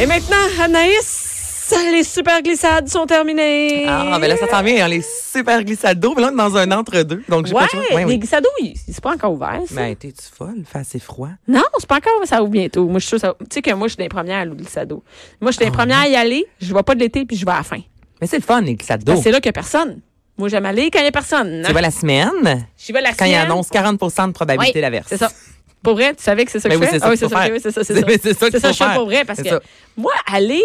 Et maintenant, Anaïs, les super glissades sont terminées. Ah, ben là, ça s'en vient, hein, les super glissades d'eau. Mais là, on est dans un entre-deux. Donc, j'ai ouais, pas le choix. Ouais, les oui. Ben. glissades, oui, c'est pas encore ouvert. ça. Mais t'es-tu folle? Fait assez froid. Non, c'est pas encore, ça ouvre bientôt. Moi, je suis sûre, ça- tu sais que moi, je suis des premières à l'eau glissade. d'eau. Moi, je suis des Ah, premières à y aller, je vais pas de l'été, puis je vais à la fin. Mais c'est le fun, les Parce glissades d'eau. que Ah, c'est là qu'il y a personne. Moi, j'aime aller quand il y a personne. Tu vas la semaine, Je vais la quand il semaine. annonce 40 de Oui, probabilité d'averse. C'est ça. Pour vrai, tu savais que c'est ça que Mais je Ben oui, fais? c'est ça Ah qu'il faut faire. oui, c'est ça, c'est C'est- ça. mais c'est ça qu'il C'est ça faut que je fais faire. pour vrai parce C'est que ça. moi, aller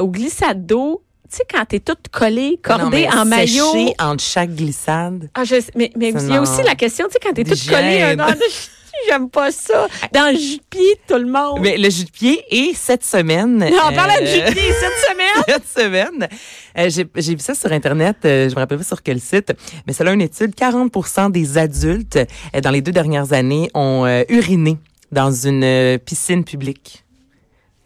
au glissade d'eau, tu sais, quand t'es toute collée, Ah Non, cordée mais en maillot. sécher entre chaque glissade. Ah, je sais, mais mais C'est il y a non. aussi la question, tu sais, quand t'es toute collée, D'hygiène. euh, non, j'aime pas ça. Dans le jus de pied, de tout le monde. Mais le jus de pied et cette semaine. Oh. non, on parle de jus euh, de pied cette semaine. cette semaine. Euh, j'ai j'ai vu ça sur Internet, euh, je me rappelle pas sur quel site, mais c'est là une étude, 40 des adultes euh, dans les deux dernières années ont euh, uriné dans une euh, piscine publique.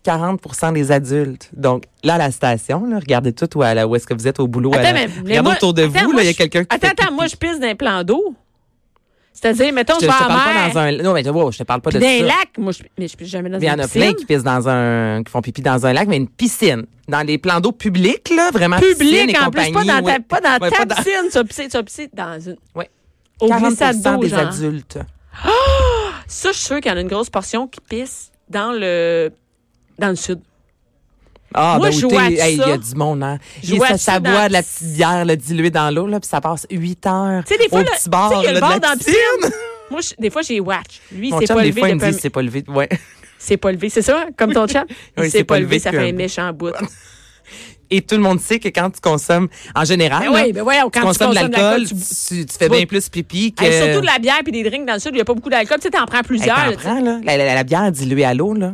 40 des adultes. Donc, là, à la station, là, regardez tout où, à la- où est-ce que vous êtes au boulot. à la- regardez moi- autour de attends, vous, là, moi, il y a je- quelqu'un qui Attends, fait attends, moi, je pisse dans un plan d'eau. C'est-à-dire, mettons, Je, je je vais te à parle la pas dans mer. un... Non, mais je, wow, je te parle pas puis de Dans ça. un lac, moi, je, mais je pisse jamais dans Il y en une a plein piscine. qui pissent dans un, qui font pipi dans un lac, mais une piscine. Dans les plans d'eau publics, là, vraiment piscine et Public, en plus, compagnie. pas dans ouais. ta, pas dans Ouais, ta pas dans- piscine. Tu vas pisser, tu vas pisser dans une. Ouais. Au 40 glissade d'eau, des genre. adultes. Ça, je suis sûre qu'il y en a une grosse portion qui pisse dans le, dans le sud. Ah, Moi, ben, je où joue à t'es- hey, il y ça. a du monde, hein. Je Et joue à ça, ça ça dans- boit de la petite bière, là, diluée dans l'eau, là, puis ça passe 8 heures. Tu sais, des fois, au là, petit bar, tu sais, il y a le là, de bar dans la piscine. Moi, je- des fois, j'ai watch. Lui, il Mon s'est chum, pas des levé fois, il me depuis dit, c'est pas levé. Ouais. C'est pas levé. C'est ça, comme ton chat? Oui, il s'est pas levé, ça fait un méchant bout. Et tout le monde sait que quand tu consommes, en général, Ben oui, là, ben voyons, quand tu consommes de consommes de l'alcool, tu, l'alcool, tu- tu fais bois- bien plus pipi que... Hey, surtout de la bière puis des drinks dans le sud, il n'y a pas beaucoup d'alcool. Tu sais, t'en prends Hey, t'en plusieurs. là, tu sais. prends, là. La, la- la bière diluée à l'eau, là.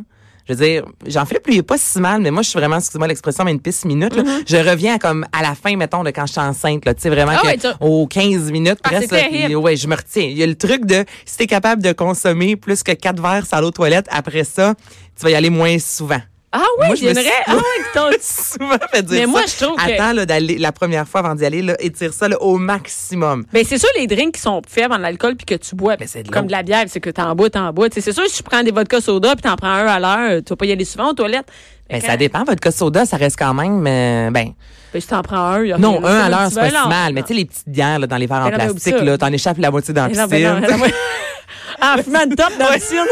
Je veux dire, j'en fais plus, il est pas si mal, mais moi, je suis vraiment, excuse-moi l'expression, mais une piste minute, là. Je reviens à comme, à la fin, mettons, de quand je suis enceinte, là. Tu sais, vraiment, Mm-hmm. Ah que ouais, tu- aux 15 minutes, Ah, c'est presque, là, terrible. puis, ouais, je me retiens. Il y a le truc de, si t'es capable de consommer plus que quatre verres à l'eau toilette, après ça, tu vas y aller moins souvent. Ah oui, Moi, je me j'aimerais. suis- Ah oui, que ton- souvent, fait dire Mais moi, ça. je trouve que- Attends, là, d'aller, la première fois avant d'y aller, là, étire ça, là, au maximum. Ben, c'est sûr, les drinks qui sont faibles en alcool puis que tu bois, Ben, c'est de l'eau. comme de la bière, c'est que t'en bois, t'en bois. Tu sais, C'est sûr, si tu prends des vodka soda puis t'en prends un à l'heure, tu vas pas y aller souvent aux toilettes. Ben, Fait ça que- dépend. Votre cas soda, ça reste quand même, euh, ben, Ben, si t'en prends un, il y a Non, rien. un à Tu l'heure, vas c'est pas là, si mal. Mais non. tu sais, les petites bières là, dans les verres en Mais non, mais oublie plastique, ça. là, t'en échappes la moitié dans la Mais non, ben non, mais piscine. non, moi- en fumant une top dans la piscine.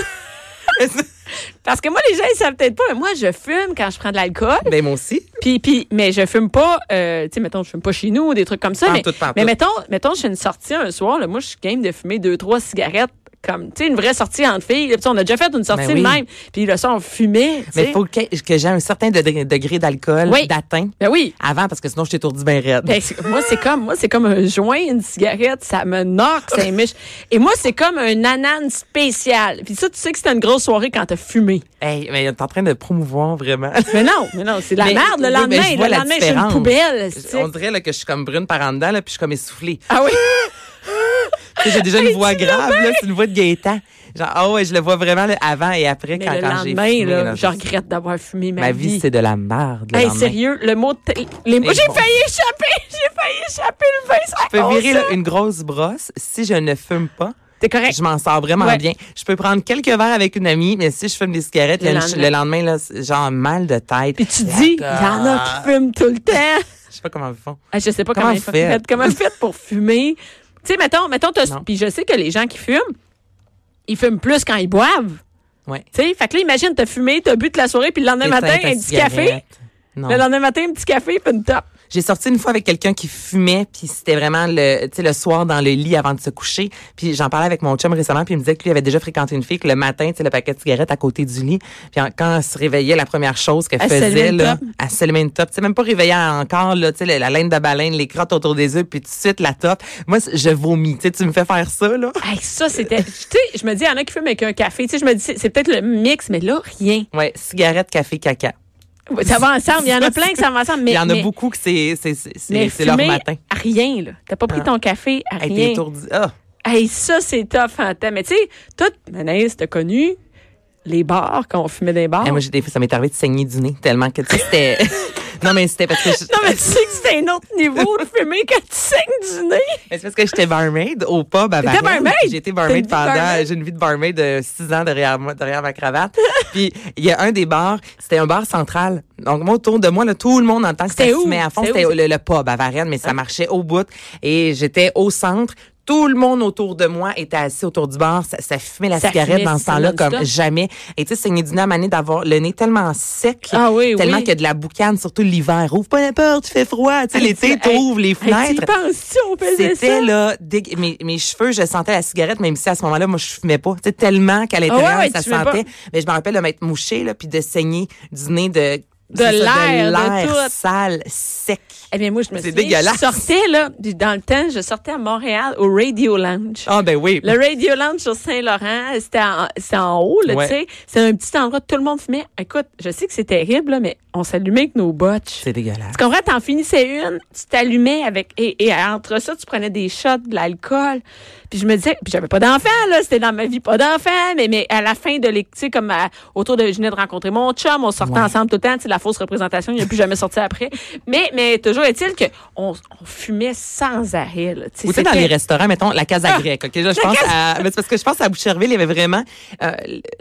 Parce que moi, les gens, ils savent peut-être pas, mais moi, je fume quand je prends de l'alcool. Ben, moi aussi. Puis, puis, mais je fume pas, euh, tu sais, mettons, je fume pas chez nous, des trucs comme ça. Pas en mais, tout, pas en mais tout. mettons, mettons, je fais une sortie un soir, là, moi, je suis game de fumer deux, trois cigarettes, comme, tu sais, une vraie sortie entre filles. là, puis on a déjà fait une sortie Ben oui. de même. Puis le soir, on fumait. tu Mais sais. il faut que, que j'ai un certain degré, degré d'alcool Oui. d'atteint Ben oui. avant, parce que sinon, je t'étourdis bien raide. Ben, c'est- moi, c'est comme, moi, c'est comme un joint, une cigarette, ça me knock, ça émiche. Et moi, c'est comme un anane spécial. Puis ça, tu sais que c'était une grosse soirée quand t'as fumé. Hey, mais t'es en train de promouvoir vraiment. Mais non, mais non, c'est de la Mais- merde le oui, lendemain. ben, je vois le la lendemain, je suis une différence. poubelle. tu sais. On dirait là, que je suis comme brune par en dedans, là, puis je suis comme essoufflée. Ah oui. Tu sais, J'ai déjà une voix tu l'as grave, là, c'est une voix de Gaétan. Genre, ah ouais, je le vois vraiment là, avant et après Mais quand, le quand j'ai fumé. lendemain, là, là, je c'est- regrette d'avoir fumé ma, Ma vie, c'est de la merde. le Hey, lendemain. sérieux, le mot. de t- Les mots. Mais J'ai bon. failli échapper. J'ai failli échapper le vin. ça Je peux cause virer Oh, ça. là, une grosse brosse si je ne fume pas. T'es correct. Je m'en sors vraiment Ouais. bien. Je peux prendre quelques verres avec une amie, mais si je fume des cigarettes, Le le, lendemain. le lendemain, là, c'est genre mal de tête. Puis tu dis, il y en a qui fument tout le temps. Je sais pas comment ils font. Ah, je sais pas Comment comment, vous ils faites? faites. Comment vous faites pour fumer? Tu sais, mettons, mettons, t'as- Non. puis je sais que les gens qui fument, ils fument plus quand ils boivent. Ouais. Tu sais, fait que là, imagine, t'as fumé, t'as bu de la soirée, puis le lendemain Éteins matin, ta un petit café. cigarette. Non. Le lendemain matin, un petit café, puis une top. J'ai sorti une fois avec quelqu'un qui fumait, puis c'était vraiment le, tu sais, le soir dans le lit avant de se coucher. Puis j'en parlais avec mon chum récemment, puis il me disait que lui avait déjà fréquenté une fille que le matin, tu sais, le paquet de cigarettes à côté du lit. Puis en- quand elle se réveillait, la première chose qu'elle Elle se levait faisait, une là, top. elle se levait une top. Tu sais, même pas réveillée encore, là, tu sais, la, la laine de baleine, les crottes autour des yeux, puis tout de suite la top. Moi, c- je vomis. Tu sais, tu me fais faire ça, là. Hey, ça, c'était. Tu sais, je me dis, il y en a qui fument avec un café. Tu sais, je me dis, c'est c'est peut-être le mix, mais là, rien. Ouais, cigarette, café, caca. Ça va ensemble. Il y en a plein que ça va ensemble. Mais, il y en mais- a beaucoup que c'est, c'est, c'est, Mais c'est- c'est leur fumer matin. à rien, là. T'as pas pris Ah. ton café à Elle était rien. étourdie. Ah. Hey, ça, c'est tough, en temps. Mais tu sais, toi, Manaïs, t'as connu les bars, quand on fumait des bars. Eh, moi, j'ai des fois, ça m'est arrivé de saigner du nez tellement que tu sais, c'était. Non, mais c'était parce que je- Non, mais tu sais que c'est un autre niveau de fumer quand tu saignes du nez. Mais c'est parce que j'étais barmaid au pub à T'étais Varennes. barmaid? J'étais T'as une barmaid vie de pendant, barmaid? j'ai une vie de barmaid de six ans derrière moi, derrière ma cravate. Puis il y a un des bars, c'était un bar central. Donc moi autour de moi, là, tout le monde entend que ça C'était où? se met à fond. C'était C'était où? Ah. le, le pub à Varennes, mais ça marchait au bout. Et j'étais au centre. Tout le monde autour de moi était assis autour du bar. Ça, ça fumait la Ça cigarette fumait, dans ce c'est temps-là non-stop. comme jamais. Et tu sais, c'est une idée à maner d'avoir le nez tellement sec, Ah oui, tellement oui. qu'il y a de la boucane, surtout l'hiver. Ouvre pas la porte, il fait froid. Tu sais, l'été, Hey, t'ouvres les hey, fenêtres. Tu y penses-tu, on faisait C'était ça? là, dégue- mes, mes cheveux, je sentais la cigarette, même si à ce moment-là, moi, je fumais pas. Tu sais, tellement qu'à l'intérieur, Ah ouais, ça tu fumais sentait. Mais je me rappelle de m'être mouché, là, puis de saigner du nez de, c'est ça, l'air, de tout. sale, sec. Eh bien, moi, je me C'est souviens, dégueulasse. je sortais, là, puis dans le temps, je sortais à Montréal au Radio Lounge. Ah, ben oui. Le Radio Lounge sur Saint-Laurent, c'était en, c'était en haut, là, Ouais. tu sais. C'est un petit endroit où tout le monde fumait. Écoute, je sais que c'est terrible, là, mais on s'allumait avec nos botches. C'est dégueulasse. Tu comprends? T'en finissais une, tu t'allumais avec. Et, et entre ça, tu prenais des shots, de l'alcool. Puis je me disais, puis j'avais pas d'enfant, là. C'était dans ma vie, pas d'enfant. Mais, mais à la fin de l'été, tu sais, comme à- autour de. Je venais de rencontrer mon chum, on sortait Ouais. ensemble tout le temps. Tu sais, la fausse représentation, il n'y a plus jamais sorti après. Mais, mais toujours est-il que on, on fumait sans arrêt, là. Ou tu sais, dans c'était- les restaurants, mettons, la Casa Ah! Grecque, OK? Là, je pense à, mais c'est parce que je pense à Boucherville, il y avait vraiment, euh,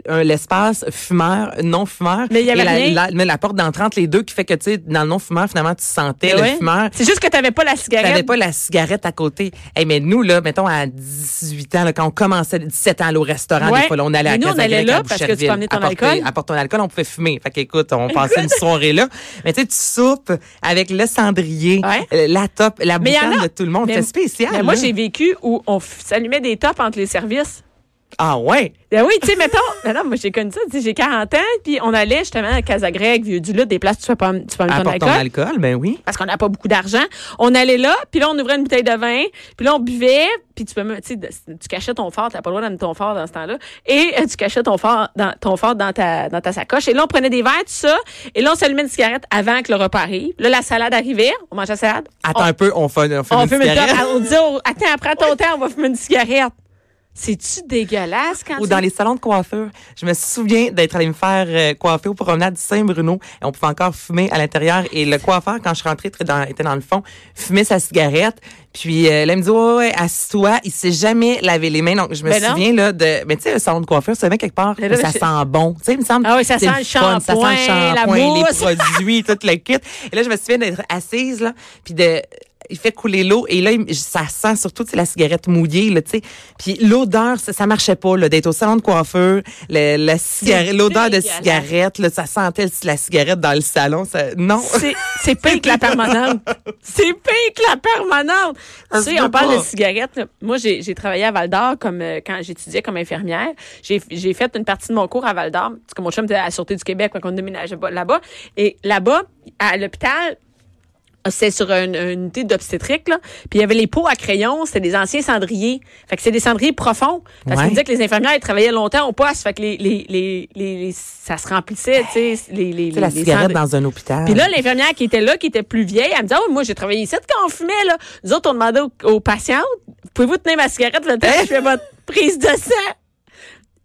un- l'espace fumeur, non-fumeur. Mais il y avait Et la, rien. la- mais la porte d'entrée entre les deux qui fait que, tu sais, dans le non-fumeur, finalement, tu sentais le Ben Ouais. fumeur. C'est juste que t'avais pas la T'avais cigarette. pas la cigarette à côté. Hey, mais nous, là, mettons, à 18 ans, là, quand on commençait, 17 ans, là, au restaurant, Ouais. des fois, là, on allait Mais à nous, on Casa allait Grecque, à là parce que tu Boucherville, promenais ton apporter- alcool. Apporter ton alcool, on pouvait fumer. Fait qu'écoute, on passait une soirée là. Mais tu sais, tu soupes avec le cendrier, Ouais. euh, la top, la Mais y en boucane a- de tout le monde. Mais- C'est spécial. Mais moi, là. j'ai vécu où on f- s'allumait des tops entre les services. Ah ouais? Ben oui, tu sais, mettons, ben non, moi j'ai connu ça, tu sais, j'ai 40 ans, puis on allait justement à Casa Grecque, vieux du Lot, des places, tu fais pas, tu fais pas ton Apporte ton alcool. alcool, ben oui. Parce qu'on n'a pas beaucoup d'argent. On allait là, puis là, on ouvrait une bouteille de vin, puis là, on buvait, puis tu peux me- tu sais, de- tu cachais ton fort, t'as pas le droit d'amener ton fort dans ce temps-là, et euh, tu cachais ton fort dans, ton fort dans ta, dans ta sacoche. Et là, on prenait des verres, tout ça, et là, on s'allumait une cigarette avant que le repas arrive. Là, la salade arrivait, on mangeait la salade. Attends un peu, on fait, on fait On une fume une cigarette. top. On disait, au- attends, prends ton temps, on va fumer une cigarette. C'est-tu dégueulasse quand ou tu- dans les salons de coiffure. Je me souviens d'être allée me faire euh, coiffer au promenade du Saint-Bruno et on pouvait encore fumer à l'intérieur. Et le coiffeur, quand je rentrais, était dans, était dans le fond, fumait sa cigarette. Puis euh, là, il me dit, ouais, ouais, ouais, assis-toi. Il s'est jamais lavé les mains. Donc, je me Ben non. souviens, là, de, mais tu sais, le salon de coiffure, c'est bien quelque part, Mais là, où ça je- sent bon. Tu sais, il me semble. Ah oui, ça c'est sent le fun, ça sent shampoing, la mousse. les produits, tout le kit. Et là, je me souviens d'être assise, là, puis de, il fait couler l'eau et là il- ça sent surtout tu sais, la cigarette mouillée là tu sais puis l'odeur ça, ça marchait pas là d'être au salon de coiffeur le- la cigarette l'odeur de dégueulasse. cigarette là ça sentait la cigarette dans le salon ça non C'est- C'est pire que la permanente. C'est pire que la permanente. Tu Ça se sais, peut on parle Ah, pas. de cigarettes. là. Moi, j'ai j'ai travaillé à Val d'Or comme euh, quand j'étudiais comme infirmière. J'ai j'ai fait une partie de mon cours à Val d'Or. Parce que mon chum était à la Sûreté du Québec, quand on déménageait pas- là-bas. Et là-bas, à l'hôpital, c'est sur une, une unité d'obstétrique, là. Puis il y avait les pots à crayons, c'était des anciens cendriers. Fait que c'est des cendriers profonds. Parce Ouais. qu'on disait que les infirmières, elles travaillaient longtemps au poste. Fait que les, les, les, les- les- ça se remplissait, tu sais. Les, les, Tu sais, la les cigarette cendres- dans un hôpital puis là, l'infirmière qui était là, qui était plus vieille, elle me dit Ah oui, moi, j'ai travaillé ici quand on fumait. Là. Nous autres, on demandait aux, aux patientes Pouvez-vous tenir ma cigarette le temps que Hein? je fais votre prise de sang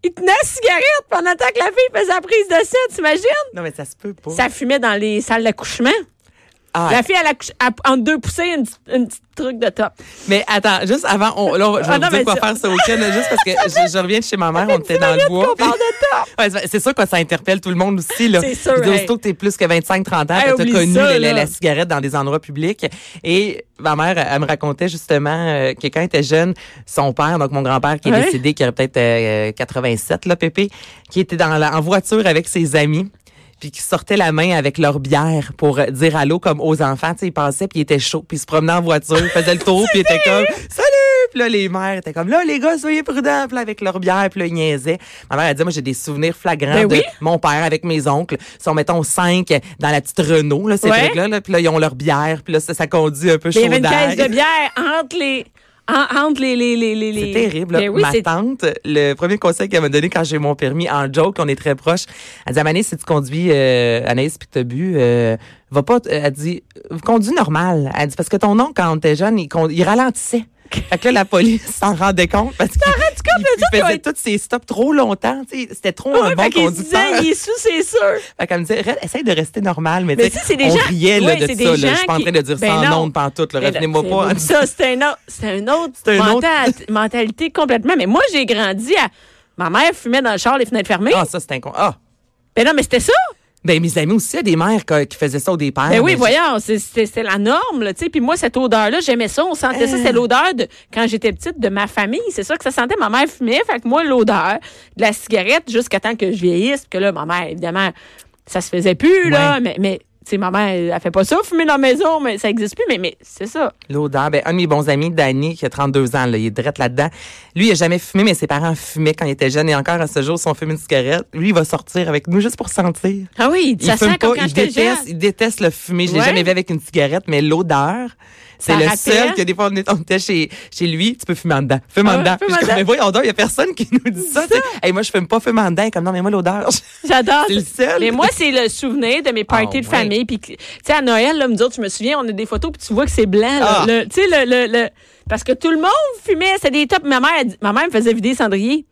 Ils tenaient la cigarette pendant le temps que la fille faisait la prise de sang, t'imagines non mais ça se peut pas Ça fumait dans les salles d'accouchement. Ah, La fille, elle accouche, elle- entre deux poussées, une, petite- une petite truc de top. mais attends juste avant on, là, on- je Ah, vais vous non, dire mais quoi ça- faire ce week-end là, juste parce que je, je reviens de chez ma mère on était dans le bois On parle de top. Ouais, c'est- c'est sûr que ça interpelle tout le monde aussi. Là. C'est sûr, Je dis, hey. Aussitôt que t'es plus que 25-30 ans, Hey, que oublie t'as connu ça, la- la, là. la cigarette dans des endroits publics. Et ma mère, elle me racontait justement euh, que quand elle était jeune, son père, donc mon grand-père qui est Ouais. décédé, qui aurait peut-être euh, 87, là, Pépé, qui était dans la, en voiture avec ses amis puis qui sortaient la main avec leur bière pour euh, dire allô comme aux enfants. Tu sais, ils passaient, puis ils étaient chauds, puis ils se promenaient en voiture, ils faisaient le tour, puis ils étaient comme « Salut! » Puis là, les mères étaient comme « Là, les gars, soyez prudents! » Puis là, avec leur bière, puis là, ils niaisaient. Ma mère, elle dit « Moi, j'ai des souvenirs flagrants Ben de oui. mon père avec mes oncles. Ils sont, mettons, cinq dans la petite Renault, là, ces Ouais. trucs-là. Là, puis là, ils ont leur bière, puis là, ça, ça conduit un peu Mais chaud il y avait une d'air. caisse de bière entre les. en- entre les. les, les, les, C'est les- terrible. là. Ben oui, ma c'est tante, le premier conseil qu'elle m'a donné quand j'ai eu mon permis en joke, on est très proches, elle dit Amané, si tu conduis, euh, Anaïs, puis que t'as bu, euh, va pas. t- Elle dit Conduis normal. Elle dit Parce que ton oncle, quand t'es jeune, il, con- il ralentissait. Sac. Fait que là, la police s'en rendait compte parce qu'il compte, le il type, faisait ouais. tous ses stops trop longtemps. tu sais. C'était trop Ouais, un bon fait qu'il se conducteur. disait, il est sous, c'est sûr. Fait qu'elle me disait, Re- essaye de rester normal. Mais, Mais tu sais, ça, c'est des on gens- riait là, ouais, de c'est ça. des Là. gens Je suis pas en train qui- de dire Ben sans non. nom de pantoute. là. Mais là, Revenez-moi c'est pas. beau. Ça, c'est un autre, c'est un autre, C'est un autre- mental- mentalité complètement. Mais moi, j'ai grandi à. Ma mère fumait dans le char les fenêtres fermées. Ah, ça, c'est incon... Ah! Ben non, mais c'était ça. Ben, mes amis aussi, il y a des mères que- qui faisaient ça ou des pères. Ben oui, Ah, mais- voyons, c'est- c'était c'était la norme, là, tu sais. Puis moi, cette odeur-là, j'aimais ça, on sentait ça. Ah. C'était l'odeur de, quand j'étais petite, de ma famille. C'est ça que ça sentait. Ma mère fumait. Fait que moi, l'odeur de la cigarette, jusqu'à temps que je vieillisse, que là, ma mère, évidemment, ça se faisait plus, là. Mais, mais, tu sais, ma mère, elle fait pas ça, fumer dans la maison, mais ça existe plus. Mais, mais, c'est ça. L'odeur. Ben, un de mes bons amis, Danny, qui a 32 ans, là, il est drette là-dedans. Lui, il a jamais fumé, mais ses parents fumaient quand il était jeune. Et encore à ce jour, si on fume une cigarette, lui, il va sortir avec nous juste pour sentir. Ah oui, Il ça fume sent pas, comme quand il j'étais jeune. déteste, il déteste le fumer. Je l'ai Ouais. jamais vu avec une cigarette, mais l'odeur, c'est Ça le rappelle. seul que des fois on, est- on était chez, chez lui, tu peux fumer en dedans. Fume Ah en ouais, dedans. Puis fume je en suis comme, dedans. mais voyons donc, il y a personne qui nous dit ça. tu sais. Hey, moi, je fume pas, fume en dedans. Comme, non, mais moi, l'odeur. J'adore. C'est le seul. Mais moi, c'est le souvenir de mes parties Ah, de ouais. famille. Puis, que- tu sais, à Noël, là, me dire, je me souviens, on a des photos, puis tu vois que c'est blanc. là. Ah. Le- Tu sais, le, le, le- Parce que tout le monde fumait, c'était des tops. Ma mère, elle dit- ma mère me faisait vider les cendriers.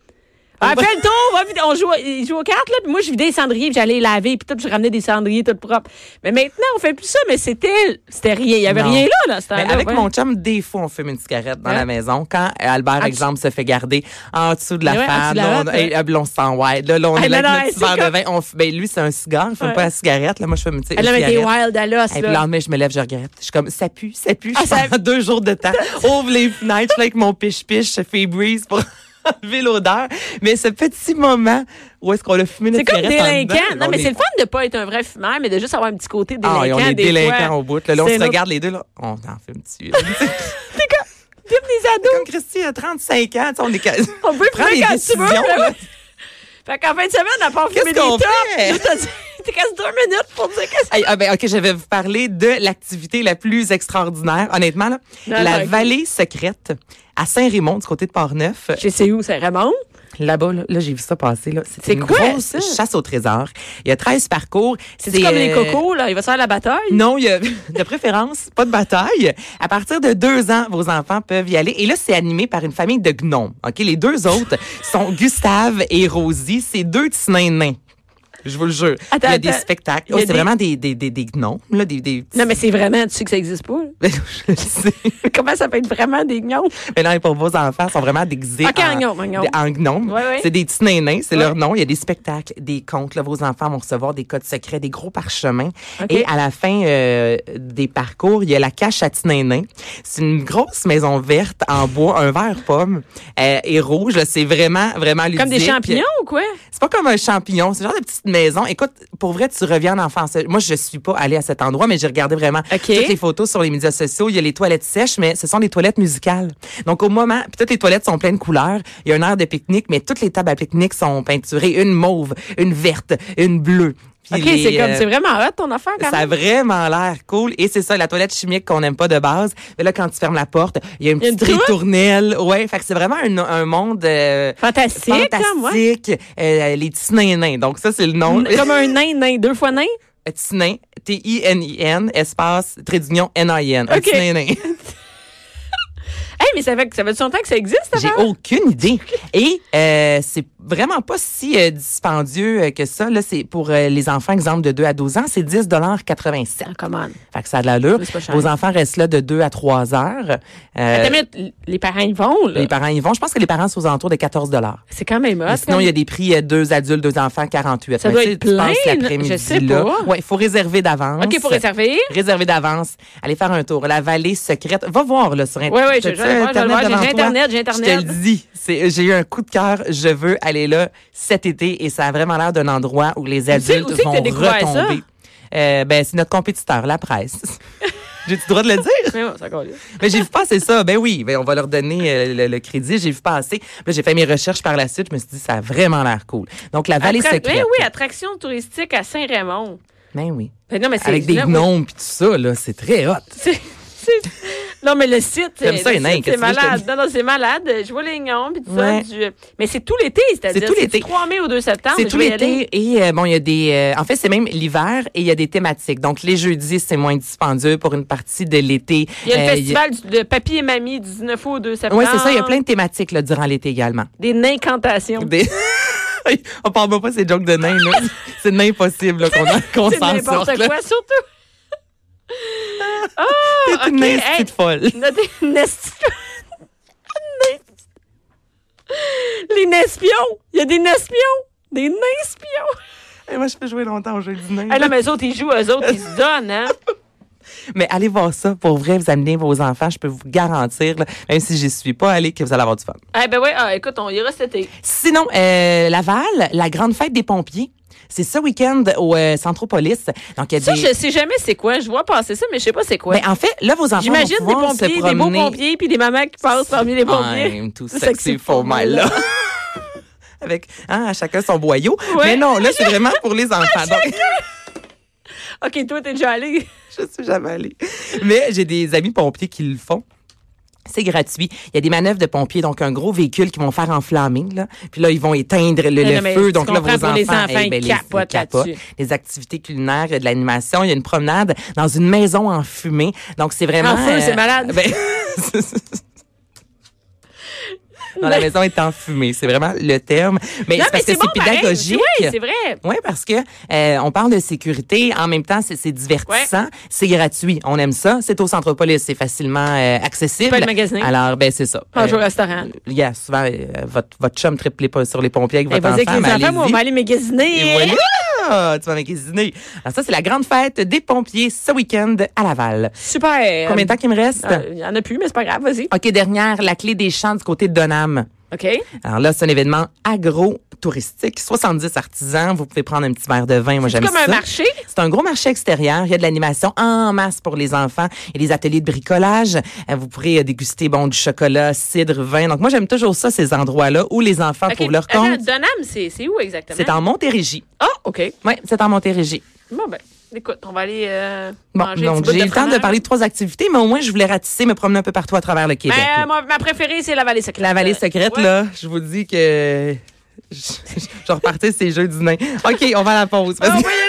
Ah, ben. Appelle-toi, on va vider- on joue, ils jouent aux cartes, là, puis moi, je vidais les cendriers, puis j'allais les laver, puis tout, puis je ramenais des cendriers tout propres. Mais maintenant, on fait plus ça, mais c'était, c'était rien. Il y avait Non. rien là, là, c'était Mais avec mon chum, des fois, on fume une cigarette dans Ouais. la maison. Quand euh, Albert, dessous- exemple, se fait garder en dessous de la Ouais, en femme, dessous de la là, on, vape, ouais. hey, hop, là, on se sent wild. Là, là, on Ah, est là non, avec non, notre petit c'est verre de comme- vin. On f- ben, lui, c'est un cigare. Il fume Ouais. Ah, pas la cigarette. Là, moi, je fume tu sais, une Elle avait cigarette. des wild à l'os, Et puis le là. lendemain, je me lève, je regrette. Je suis comme, ça pue, ça pue. Ah, Je ça- prends deux jours de temps. Ouvre les fenêtres, je fais avec mon piche-piche, je fais breeze pour enlever l'odeur. Mais ce petit moment où est-ce qu'on a fumé C'est notre comme cigarette en délinquant. dedans, Non, on mais est- c'est le fun de pas être un vrai fumeur, mais de juste avoir un petit côté délinquant. Ah, et on est des délinquants fois. au bout. Là, Là, on C'est se notre- regarde les deux, là. On en fume dessus. Type des ados. comme Christy a 35 ans, tu sais, on est quasi- On peut Prends fumer des quand tu décisions, veux. là. là. Fait qu'en fin de semaine, à part fumer Qu'est-ce des qu'on tops, fait? je te dis, t'es quasi deux minutes pour dire qu'est-ce que Hey, ah ben, OK, je vais vous parler de l'activité la plus extraordinaire, honnêtement. Là, Non, la non, ok. vallée secrète à Saint-Raymond, du côté de Portneuf. Je sais où, c'est Raymond. Là-bas, là, là, j'ai vu ça passer. là. C'est une quoi, grosse ça? chasse au trésor. Il y a 13 parcours. C'est comme les euh, cocos, là. Il va se faire la bataille. Non, il y a de préférence, pas de bataille. À partir de deux ans, vos enfants peuvent y aller. Et là, c'est animé par une famille de gnomes. Ok, les deux autres sont Gustave et Rosie. C'est deux petits nains nains. Je vous le jure. Attends, il y a des attends. spectacles. Il y Oh, a c'est des- vraiment des, des, des, des gnomes, là, des, des petits- Non, mais c'est vraiment, tu sais que ça existe pas. là. Ben, je le sais. Comment ça peut être vraiment des gnomes? Mais non, les pauvres enfants sont vraiment déguisés Ok, en gnome, en gnome. en gnome. Ouais, ouais. C'est des petits nains, c'est Ouais. leur nom. Il y a des spectacles, des contes. Là, vos enfants vont recevoir des codes secrets, des gros parchemins. Ok. Et à la fin euh, des parcours, il y a la cache à petits nains. C'est une grosse maison verte en bois, un vert pomme euh, et rouge. là. C'est vraiment, vraiment ludique. Comme des champignons ou quoi? C'est pas comme un champignon, c'est le genre de petite maison. Écoute, pour vrai, tu reviens en enfance. Moi, je suis pas allée à cet endroit, mais j'ai regardé vraiment OK. toutes les photos sur les médias sociaux. Il y a les toilettes sèches, mais ce sont des toilettes musicales. Donc, au moment, puis toutes les toilettes sont pleines de couleurs. Il y a un air de pique-nique, mais toutes les tables à pique-nique sont peinturées. Une mauve, une verte, une bleue. Puis OK, les, c'est comme, euh, c'est vraiment hot ton affaire quand ça a même. vraiment l'air cool. Et c'est ça, la toilette chimique qu'on n'aime pas de base. Mais là, quand tu fermes la porte, il y a une Il y a petite une toune. ritournelle. Ouais, fait que c'est vraiment un, un monde euh, Fantastique, hein, moi. fantastique. Euh, les petits nains nains. Donc, ça, c'est le nom. Mm. Comme un nain, nain, deux fois nain. Petits nains, T-I-N-I-N, espace, trait d'union, N-I-N. Un OK. petit nain nain. Hey, mais ça fait, ça fait longtemps que ça existe, cette J'ai affaire-là? aucune idée. Et euh, c'est vraiment pas si euh, dispendieux euh, que ça. Là, c'est pour euh, les enfants, exemple, de 2 à 12 ans, c'est 10,87 Ah, come on. Fait que ça a de l'allure. Oui, c'est pas cher. Ah, Vos enfants restent là de 2 à 3 heures. Euh, Attends, une minute, les parents y vont, là. les parents y vont. Je pense que les parents sont aux alentours de 14 dollars. C'est quand même hot. hein? Sinon, il y a des prix euh, deux adultes, deux enfants, 48. Ah, Ça Mais doit tu sais, être tu passes plein, l'après-midi je sais là. pas. Ouais, faut réserver d'avance. OK, pour réserver. Réserver d'avance. Allez faire un tour. La vallée secrète. Va voir là sur Internet. Ouais, ouais, je- je T'as-tu vais aller voir, je vais aller voir. J'ai devant toi? Internet, j'ai Internet. Je te le dis. C'est- J'ai eu un coup de cœur. Je veux aller là cet été et ça a vraiment l'air d'un endroit où les sais- adultes où c'est que vont t'as découvert ça? retomber. Euh, ben, c'est notre compétiteur, la presse. J'ai le droit de le dire? Mais bon, ça colle. Mais j'ai vu passer ça. Ben oui, ben on va leur donner euh, le, le crédit. J'ai vu passer. Là, j'ai fait mes recherches par la suite. Je me suis dit, ça a vraiment l'air cool. Donc, la vallée Attra- secrète. Ben oui, attraction touristique à Saint-Raymond. Ben oui. Ben non, mais c'est Avec des là, oui. gnomes puis tout ça, là, c'est très hot. C'est- c'est- Non, mais le site, J'aime ça, le Hénin, site, qu'est-ce c'est que tu veux que je malade. te Non, non, c'est malade. Je vois les noms, puis tout Ouais. ça. du- Mais c'est tout l'été, c'est-à-dire. C'est tout l'été. du 3 mai au 2 septembre. C'est je tout vais y aller. l'été et euh, bon, il y a des. euh, en fait, c'est même l'hiver et il y a des thématiques. Donc les jeudis, c'est moins dispendieux pour une partie de l'été. Il y a le Euh, festival du- de Papy et Mamie, 19 au 2 septembre. Oui, c'est ça. Il y a plein de thématiques là, durant l'été également. Des incantations. Des- on parle pas ces jokes de nains. là. C'est impossible là, qu'on a- qu'on C'est s'en n'importe sorte. là. quoi, surtout. T'es Ah, une ok, naine, hey. petite folle. Notez une esti- Les nespions! Il y a des nespions! Des nespions! Et moi, je peux jouer longtemps au jeu du nain. Hey, là, mais eux autres, ils jouent, eux autres, ils se donnent, hein? Mais allez voir ça. Pour vrai, vous amenez vos enfants. Je peux vous garantir, là, même si j'y suis pas allée, que vous allez avoir du fun. Eh ben ouais, ah, écoute, on ira cet été. Sinon, euh, Laval, la grande fête des pompiers. C'est ce week-end au euh, Centropolis. Donc, il y a Ça, des... je sais jamais c'est quoi. Je vois passer ça, mais je sais pas c'est quoi. Ben, en fait, là, vos enfants J'imagine vont des pouvoir se pompiers, des beaux promener. pompiers, puis des mamans qui passent parmi les pompiers. I'm too sexy for my love. Avec hein, à chacun son boyau. Ouais. Mais non, là, c'est vraiment pour les enfants. Donc, OK, toi, t'es déjà allé. je suis jamais allée. Mais j'ai des amis pompiers qui le font. C'est gratuit. Il y a des manœuvres de pompiers, donc un gros véhicule qu'ils vont faire enflammer. Là. Puis là, ils vont éteindre le, Non, le non, mais feu. tu Donc là, vos comprends, pour enfants, les enfants, ils ben, capotent là-dessus. Des activités culinaires, il y a de l'animation, il y a une promenade dans une maison en fumée. Donc c'est vraiment... En feu, c'est malade. ben, non, la maison est en fumée. C'est vraiment le terme. Mais Non, mais c'est parce c'est que bon, c'est pareil. pédagogique. Oui, c'est vrai. Oui, parce que euh, on parle de sécurité, en même temps c'est c'est divertissant, c'est gratuit, on aime ça. C'est au Centropolis, c'est facilement euh, accessible. Pas de magasin. Ah, Alors ben c'est ça. Mange au Euh, restaurant. yeah, souvent euh, votre votre chum triple les pas sur les pompiers avec Eh, votre vas-y avec enfant. les mais enfants, moi, on allez-y. va aller Et magasiner. voilà, tu vas magasiner. Alors ça c'est la grande fête des pompiers ce week-end à Laval. Euh, Super. Combien de temps qu'il me reste Ah, Il y en a plus, mais c'est pas grave, vas-y. Ok dernière, la clé des champs du côté de Donham. OK. Alors là, c'est un événement agro-touristique. 70 artisans. Vous pouvez prendre un petit verre de vin. Moi, C'est j'aime ça. comme un marché. C'est un gros marché extérieur. Il y a de l'animation en masse pour les enfants et des ateliers de bricolage. Euh, Vous pourrez euh, déguster bon du chocolat, cidre, vin. Donc moi j'aime toujours ça ces endroits-là où les enfants OK. trouvent leur Attends, compte. Dunham, c'est c'est où exactement? C'est en Montérégie. Ah, OK. Oui, c'est en Montérégie. Bon, ben, écoute, on va aller euh, Bon, manger un petit donc bout j'ai eu le temps de fromage. parler de trois activités, mais au moins je voulais ratisser, me promener un peu partout à travers le Québec. Ben, là. moi, ma préférée, c'est la vallée secrète. La vallée secrète Ouais. là, je vous dis que je, je repartais ces jeux du nain. OK, on va à la pause. Ah, parce que- oui,